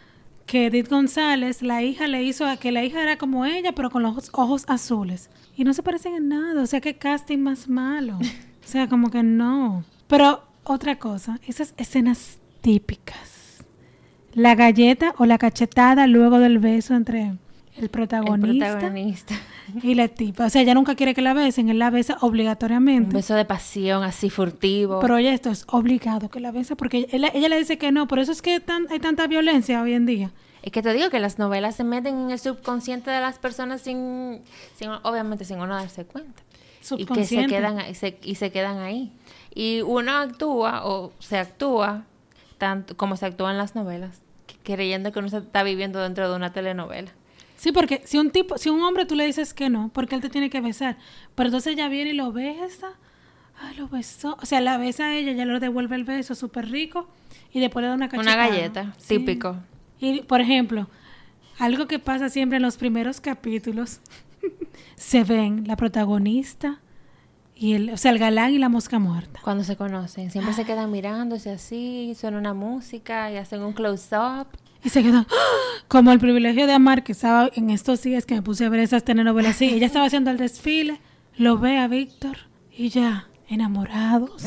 A: que Edith González, la hija le hizo a que la hija era como ella, pero con los ojos- ojos azules. Y no se parecen en nada. O sea, qué casting más malo. O sea, como que no. Pero Otra cosa, esas escenas típicas. La galleta o la cachetada luego del beso entre el protagonista,
B: El protagonista.
A: y la tipa. O sea, ella nunca quiere que la besen, él la besa
B: Un
A: obligatoriamente.
B: beso de pasión, así furtivo.
A: Pero ella esto es obligado que la besa porque ella, ella le dice que no, por eso es que tan- hay tanta violencia hoy en día.
B: Es que te digo que las novelas se meten en el subconsciente de las personas sin, sin obviamente sin uno darse cuenta. Y que se
A: Subconsciente.
B: quedan ahí, se- y se quedan ahí. Y uno actúa o se actúa tanto como se actúa en las novelas, que- creyendo que uno se está viviendo dentro de una telenovela.
A: Sí, porque si un tipo, si un hombre tú le dices que no, porque él te tiene que besar, pero entonces ella viene y lo besa, ay, lo besó, o sea, la besa a ella, ella le devuelve el beso súper rico y después le da una
B: Una
A: cachetada.
B: galleta,
A: Sí.
B: típico.
A: Y, por ejemplo, algo que pasa siempre en los primeros capítulos, [LAUGHS] se ven la protagonista y el, o sea, el galán y la mosca muerta.
B: Cuando se conocen, siempre se quedan mirándose así, suena una música y hacen un close-up.
A: Y se quedan, ¡Ah! como el privilegio de amar, que estaba en estos días que me puse a ver esas telenovelas así. Ella estaba haciendo el desfile, lo ve a Víctor y ya, enamorados.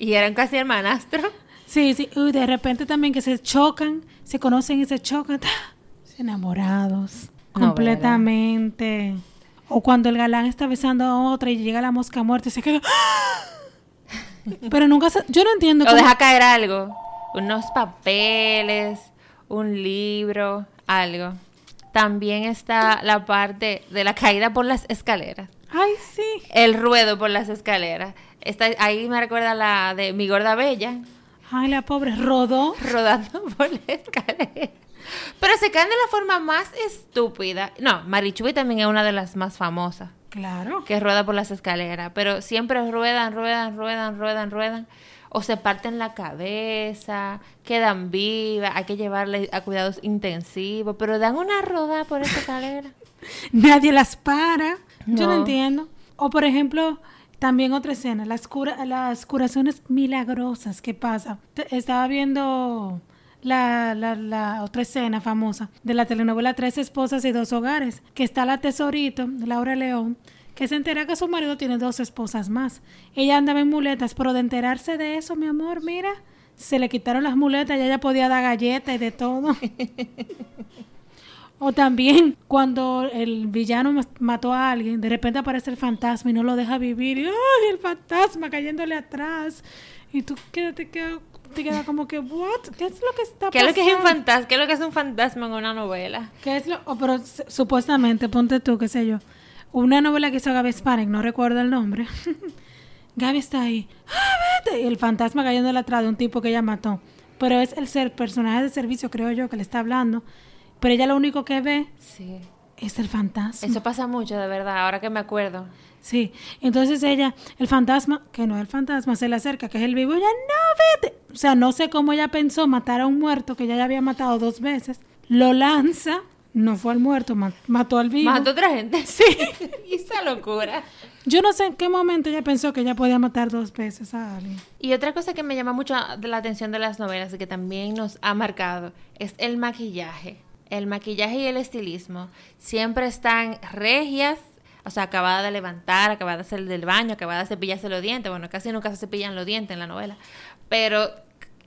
B: Y eran casi hermanastro.
A: Sí, sí, uy, de repente también que se chocan, se conocen y se chocan, ¡tá! enamorados,
B: Novela.
A: completamente. O cuando el galán está besando a otra y llega la mosca muerta y se queda, ¡Ah! pero nunca se, yo no entiendo
B: O
A: cómo-
B: deja caer algo. Unos papeles, un libro, algo. También está la parte de la caída por las escaleras.
A: Ay, sí.
B: El ruedo por las escaleras. Está, ahí me recuerda la de mi gorda bella, [LAUGHS]
A: Ay, la pobre rodó.
B: rodando por la escalera. Pero se caen de la forma más estúpida. No, Marichuy también es una de las más famosas,
A: Claro.
B: que rueda por las escaleras. Pero siempre ruedan, ruedan, ruedan, ruedan, ruedan. O se parten la cabeza, quedan vivas, hay que llevarle a cuidados intensivos. Pero dan una rodada por esa [LAUGHS] escalera.
A: Nadie las para. Yo no
B: No.
A: entiendo. O por ejemplo, también otra escena, las, cura- las curaciones milagrosas que pasa. Te- Estaba viendo la, la- la otra escena famosa de la telenovela Tres Esposas y Dos Hogares, que está la tesorito, Laura León, que se entera que su marido tiene dos esposas más. Ella andaba en muletas, pero de enterarse de eso, mi amor, mira, se le quitaron las muletas y ella podía dar galletas y de todo. O también [LAUGHS] cuando el villano mas- mató a alguien, de repente aparece el fantasma y no lo deja vivir. Y ¡ay, el fantasma cayéndole atrás. Y tú quédate, que- te queda como que, ¿what? ¿Qué es lo que está
B: ¿Qué es lo que es un
A: pasando?
B: fantasma? ¿Qué es lo que es un fantasma en una novela?
A: ¿Qué es lo oh, pero s- supuestamente, ponte tú, qué sé yo. Una novela que hizo Gaby Spanek, no recuerdo el nombre. [LAUGHS] Gaby está ahí. ¡Ah, vete! Y el fantasma cayéndole atrás de un tipo que ella mató. Pero es el ser, personaje de servicio, creo yo, que le está hablando. Pero ella lo único que ve
B: Sí.
A: es el fantasma.
B: Eso pasa mucho, de verdad, ahora que me acuerdo.
A: Sí, entonces ella, el fantasma, que no es el fantasma, se le acerca, que es el vivo, y ella, no, vete. O sea, no sé cómo ella pensó matar a un muerto que ya ya había matado dos veces. Lo lanza, no fue al muerto, ma- mató al vivo.
B: Mató otra gente. Sí. [LAUGHS] y esa locura.
A: Yo no sé en qué momento ella pensó que ella podía matar dos veces a alguien.
B: Y otra cosa que me llama mucho de la atención de las novelas y que también nos ha marcado es el maquillaje. El maquillaje y el estilismo siempre están regias, o sea, acabada de levantar, acabada de salir del baño, acabada de cepillarse los dientes. Bueno, casi nunca se cepillan los dientes en la novela. Pero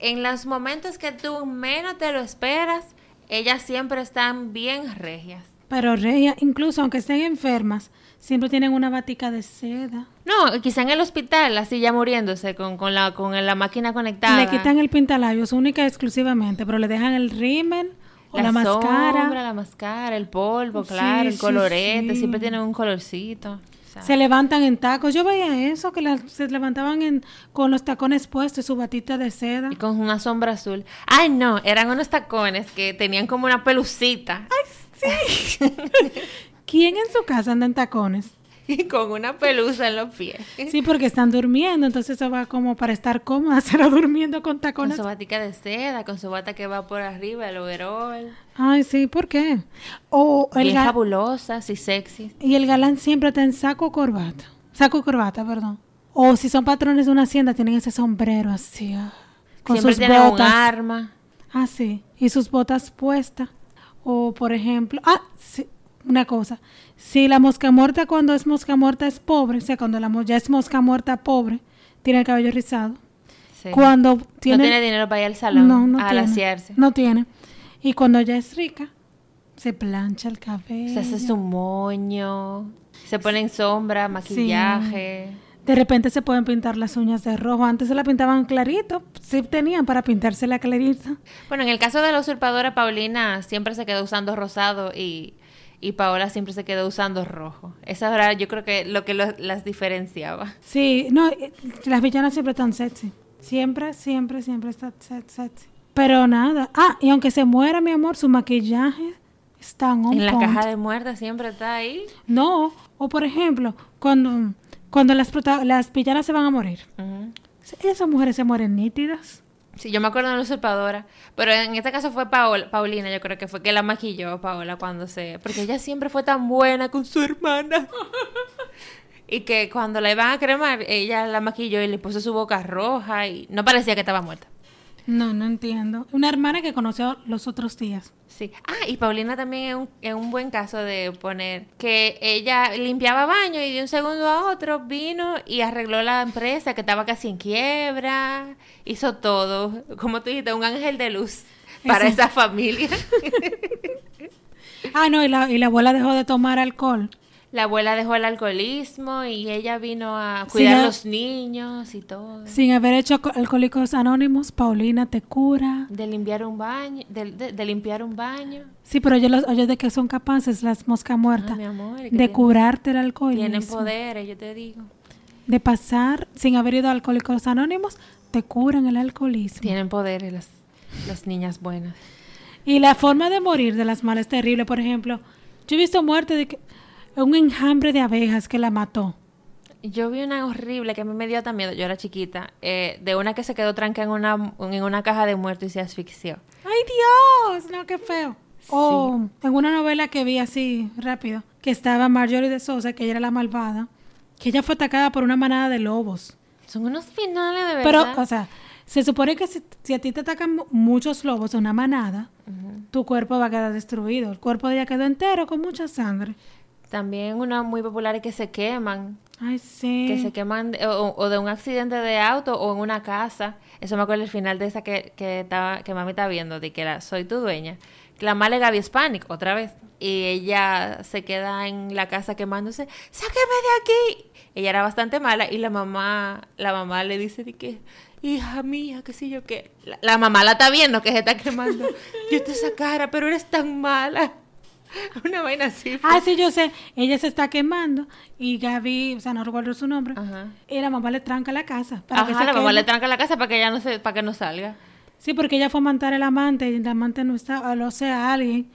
B: en los momentos que tú menos te lo esperas, ellas siempre están bien regias.
A: Pero Regia, incluso aunque estén enfermas, siempre tienen una batica de seda.
B: No, quizá en el hospital, así ya muriéndose con, con la, con la máquina conectada.
A: Le quitan el pintalabios única y exclusivamente, pero le dejan el rímel o la, mascara.
B: sombra, la máscara, el polvo,
A: Sí,
B: claro, el
A: sí,
B: colorete,
A: sí.
B: siempre tienen un colorcito. o sea,
A: Se levantan en tacos. Yo veía eso, que las- se levantaban en, con los tacones puestos y su batita de seda.
B: y con una sombra azul. Ay, no, eran unos tacones que tenían como una pelucita. [LAUGHS]
A: ¿Quién en su casa anda en tacones?
B: Y con una pelusa en los pies.
A: Sí, porque están durmiendo, entonces eso va como para estar cómoda, [LAUGHS] será durmiendo con
B: Con
A: tacones.
B: su batica de seda, con su bata que va por arriba, el overol.
A: Ay, sí, ¿por qué? O el
B: Bien
A: ga-
B: fabulosas y sexy.
A: y el galán siempre está en saco o corbata. Saco o corbata, perdón. O si son patrones de una hacienda, tienen ese sombrero así, ah, con
B: siempre
A: sus
B: tienen un
A: botas.
B: arma.
A: Ah, sí. Y sus botas puestas. O, por ejemplo, ah, sí, una cosa. Si la mosca muerta cuando es mosca muerta es pobre, o sea, cuando la mo- ya es mosca muerta pobre, tiene el cabello rizado.
B: Sí.
A: Cuando tiene,
B: no tiene dinero para ir al salón
A: No, no
B: a
A: tiene.
B: alaciarse.
A: No tiene. Y cuando ya es rica, se plancha el cabello.
B: Se hace su moño, se pone en sombra, maquillaje.
A: De repente se pueden pintar las uñas de rojo. Antes se la pintaban clarito. Sí tenían para pintarse la clarita.
B: Bueno, en el caso de la usurpadora, Paulina siempre se quedó usando rosado y, y Paola siempre se quedó usando rojo. Esa era, yo creo que lo que lo- las diferenciaba.
A: Sí, no, eh, las villanas siempre están sexy. Siempre, siempre, siempre están se- sexy. Pero nada. Ah, y aunque se muera, mi amor, su maquillaje está on
B: En la
A: point.
B: caja de muertas siempre está ahí.
A: No, o por ejemplo, cuando, cuando las, prota- las villanas se van a morir.
B: Ujú.
A: Esas mujeres se mueren nítidas.
B: Sí, yo me acuerdo de la usurpadora, pero en este caso fue Paola, Paulina, yo creo que fue que la maquilló Paola cuando se... Porque ella siempre fue tan buena con su hermana. [LAUGHS] y que cuando la iban a cremar, ella la maquilló y le puso su boca roja y no parecía que estaba muerta.
A: No, no entiendo. Una hermana que conoció los otros días.
B: Sí. Ah, y Paulina también es un, es un buen caso de poner que ella limpiaba baño y de un segundo a otro vino y arregló la empresa que estaba casi en quiebra, hizo todo, como tú dijiste, un ángel de luz para
A: Esa-
B: esa familia. [LAUGHS]
A: Ah, no, y la, y la abuela dejó de tomar alcohol.
B: La abuela dejó el alcoholismo y ella vino a cuidar
A: ya-
B: los niños y todo.
A: Sin haber hecho alco- alcohólicos anónimos, Paulina te cura.
B: De limpiar un baño, de, de- de limpiar un baño.
A: Sí, pero ellos, los- ellos de que son capaces, las moscas muertas,
B: mi amor, es Ah, que
A: de
B: tienen-
A: curarte el alcohol,
B: Tienen poderes, yo te digo.
A: de pasar sin haber ido a alcohólicos anónimos, te curan el alcoholismo.
B: Tienen poderes las, las niñas buenas.
A: Y la forma de morir de las malas es terrible. Por ejemplo, yo he visto muerte de que- un enjambre de abejas que la mató.
B: Yo vi una horrible que a mí me dio también miedo, yo era chiquita, eh, de una que se quedó tranca en una, en una caja de muertos y se asfixió.
A: ¡Ay, Dios! No, qué feo. O en una novela que vi así rápido, que estaba Marjorie de Sosa, que ella era la malvada, que ella fue atacada por una manada de lobos.
B: Son unos finales de
A: Pero,
B: verdad.
A: o sea, se supone que si, si a ti te atacan mu- muchos lobos en una manada, tu cuerpo va a quedar destruido. El cuerpo de ella quedó entero con mucha sangre.
B: También una muy popular que se queman,
A: Ay, sí.
B: que se queman de- o, o de un accidente de auto o en una casa. Eso me acuerdo el final de esa que, que, estaba, que mami está viendo, de que era Soy tu dueña. Que La mala es Gaby Hispanic, otra vez. Y ella se queda en la casa quemándose. ¡Sáqueme de aquí! Ella era bastante mala y la mamá, la mamá le dice de que, hija mía, qué sé yo qué. La, la mamá la está viendo que se está quemando. yo te sacara, pero eres tan mala. [LAUGHS] Una vaina así.
A: Ah, sí, yo sé. Ella se está quemando y Gaby, o sea, no recuerdo su nombre.
B: Ajá.
A: Y la mamá le tranca la casa. Para
B: Ajá,
A: que
B: la
A: se
B: mamá
A: queme.
B: le tranca la casa para que ella no se, para que no salga.
A: Sí, porque ella fue a matar al amante y el amante no estaba, o sea, alguien.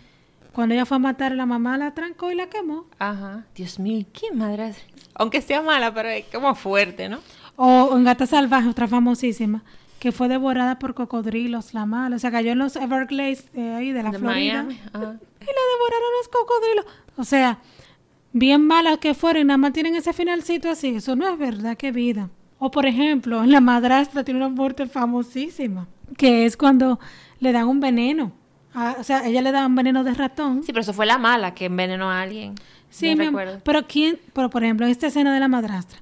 A: Cuando ella fue a matar, la mamá la trancó y la quemó.
B: Ajá. Dios mío, qué madre. es? Aunque sea mala, pero es como fuerte, ¿no?
A: O en Gata Salvaje, otra famosísima, que fue devorada por cocodrilos, la mala. O sea, cayó en los Everglades eh, ahí de la
B: De
A: Florida.
B: Miami,
A: Y la
B: ajá.
A: devoraron los cocodrilos. O sea, bien malas que fueron, nada más tienen ese finalcito así. Eso no es verdad, qué vida. O por ejemplo, la madrastra tiene una muerte famosísima, que es cuando le dan un veneno. Ah, o sea, ella le da un veneno de ratón.
B: Sí, pero eso fue la mala que envenenó a alguien.
A: Sí,
B: Yo
A: mi am-
B: recuerdo.
A: pero quién, pero por ejemplo, esta escena de la madrastra,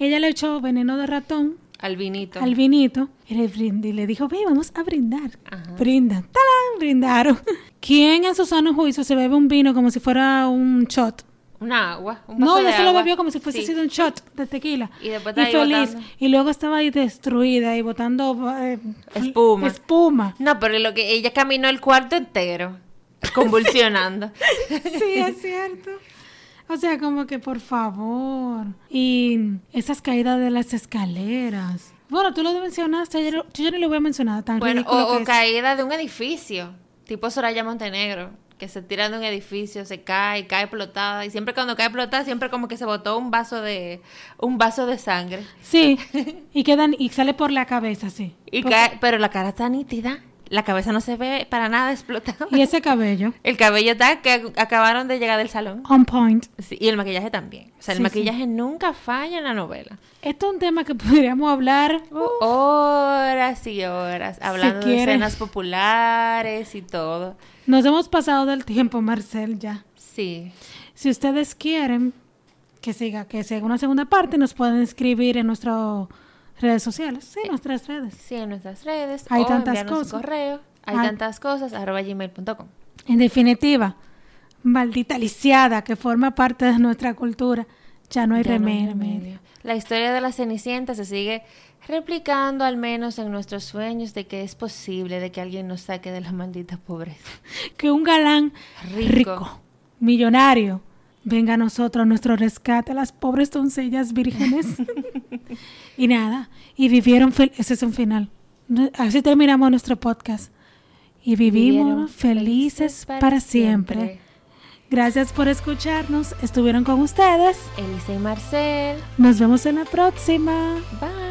A: ella le echó veneno de ratón
B: Al vinito.
A: al vinito y le, brind- y le dijo, ve, vamos a brindar.
B: Ajá.
A: Brindan, ¡Tarán! brindaron. [LAUGHS] ¿Quién en su sano juicio se bebe un vino como si fuera un shot?
B: Un agua. Un vaso
A: No,
B: de
A: ella se lo
B: agua.
A: bebió como si fuese
B: Sí.
A: sido un shot de tequila.
B: Y después estaba ahí
A: feliz.
B: botando.
A: Y luego estaba ahí destruida y botando eh, fl-
B: Espuma. [LAUGHS]
A: Espuma.
B: No, pero lo que ella caminó el
A: [LAUGHS]
B: cuarto entero, convulsionando.
A: Sí, es cierto. O sea, como que por favor. Y esas caídas de las escaleras. Bueno, tú lo mencionaste, yo, no- yo no lo voy a mencionar tan
B: [LAUGHS] bueno,
A: ridículo
B: o,
A: que
B: o
A: es.
B: caída de un edificio, tipo Soraya Montenegro, que se tira de un edificio, se cae, cae explotada. Y siempre cuando cae explotada, siempre como que se botó un vaso de, un vaso de sangre. [LAUGHS]
A: Sí, y quedan, y sale por la cabeza, sí.
B: Y
A: Porque-
B: cae- pero la cara está nítida, la cabeza no se ve para nada explotada.
A: y ese cabello,
B: [LAUGHS] El cabello está que ac- acabaron de llegar del salón.
A: on point.
B: Sí, y el maquillaje también. O sea,
A: Sí,
B: el
A: sí.
B: maquillaje nunca falla en la novela.
A: Esto es un tema que [LAUGHS] podríamos hablar.
B: Horas y horas hablando de
A: quiere.
B: escenas populares y todo.
A: Nos hemos pasado del tiempo, Marcel, ya.
B: Sí.
A: Si ustedes quieren que siga, que se haga una segunda parte, nos pueden escribir en nuestro Redes sociales, sí,
B: Eh.
A: nuestras redes.
B: Sí, en nuestras redes.
A: Hay
B: o
A: tantas
B: enviarnos un
A: cosas.
B: correo. Hay
A: Hay-
B: tantas cosas. arroba gmail.com.
A: En definitiva, maldita lisiada que forma parte de nuestra cultura, ya no hay
B: Ya no hay
A: remedio.
B: remedio. La historia de la Cenicienta se sigue replicando al menos en nuestros sueños de que es posible de que alguien nos saque de la maldita pobreza.
A: Que un galán rico.
B: Rico.
A: millonario, venga a nosotros a nuestro rescate, a las pobres doncellas vírgenes. [LAUGHS] y nada, y vivieron, fel- ese es un final. No- Así terminamos nuestro podcast. Y vivimos
B: Vivieron
A: felices para, siempre. Gracias por escucharnos. Estuvieron con ustedes.
B: Elisa y Marcel.
A: Nos vemos en la próxima.
B: Bye.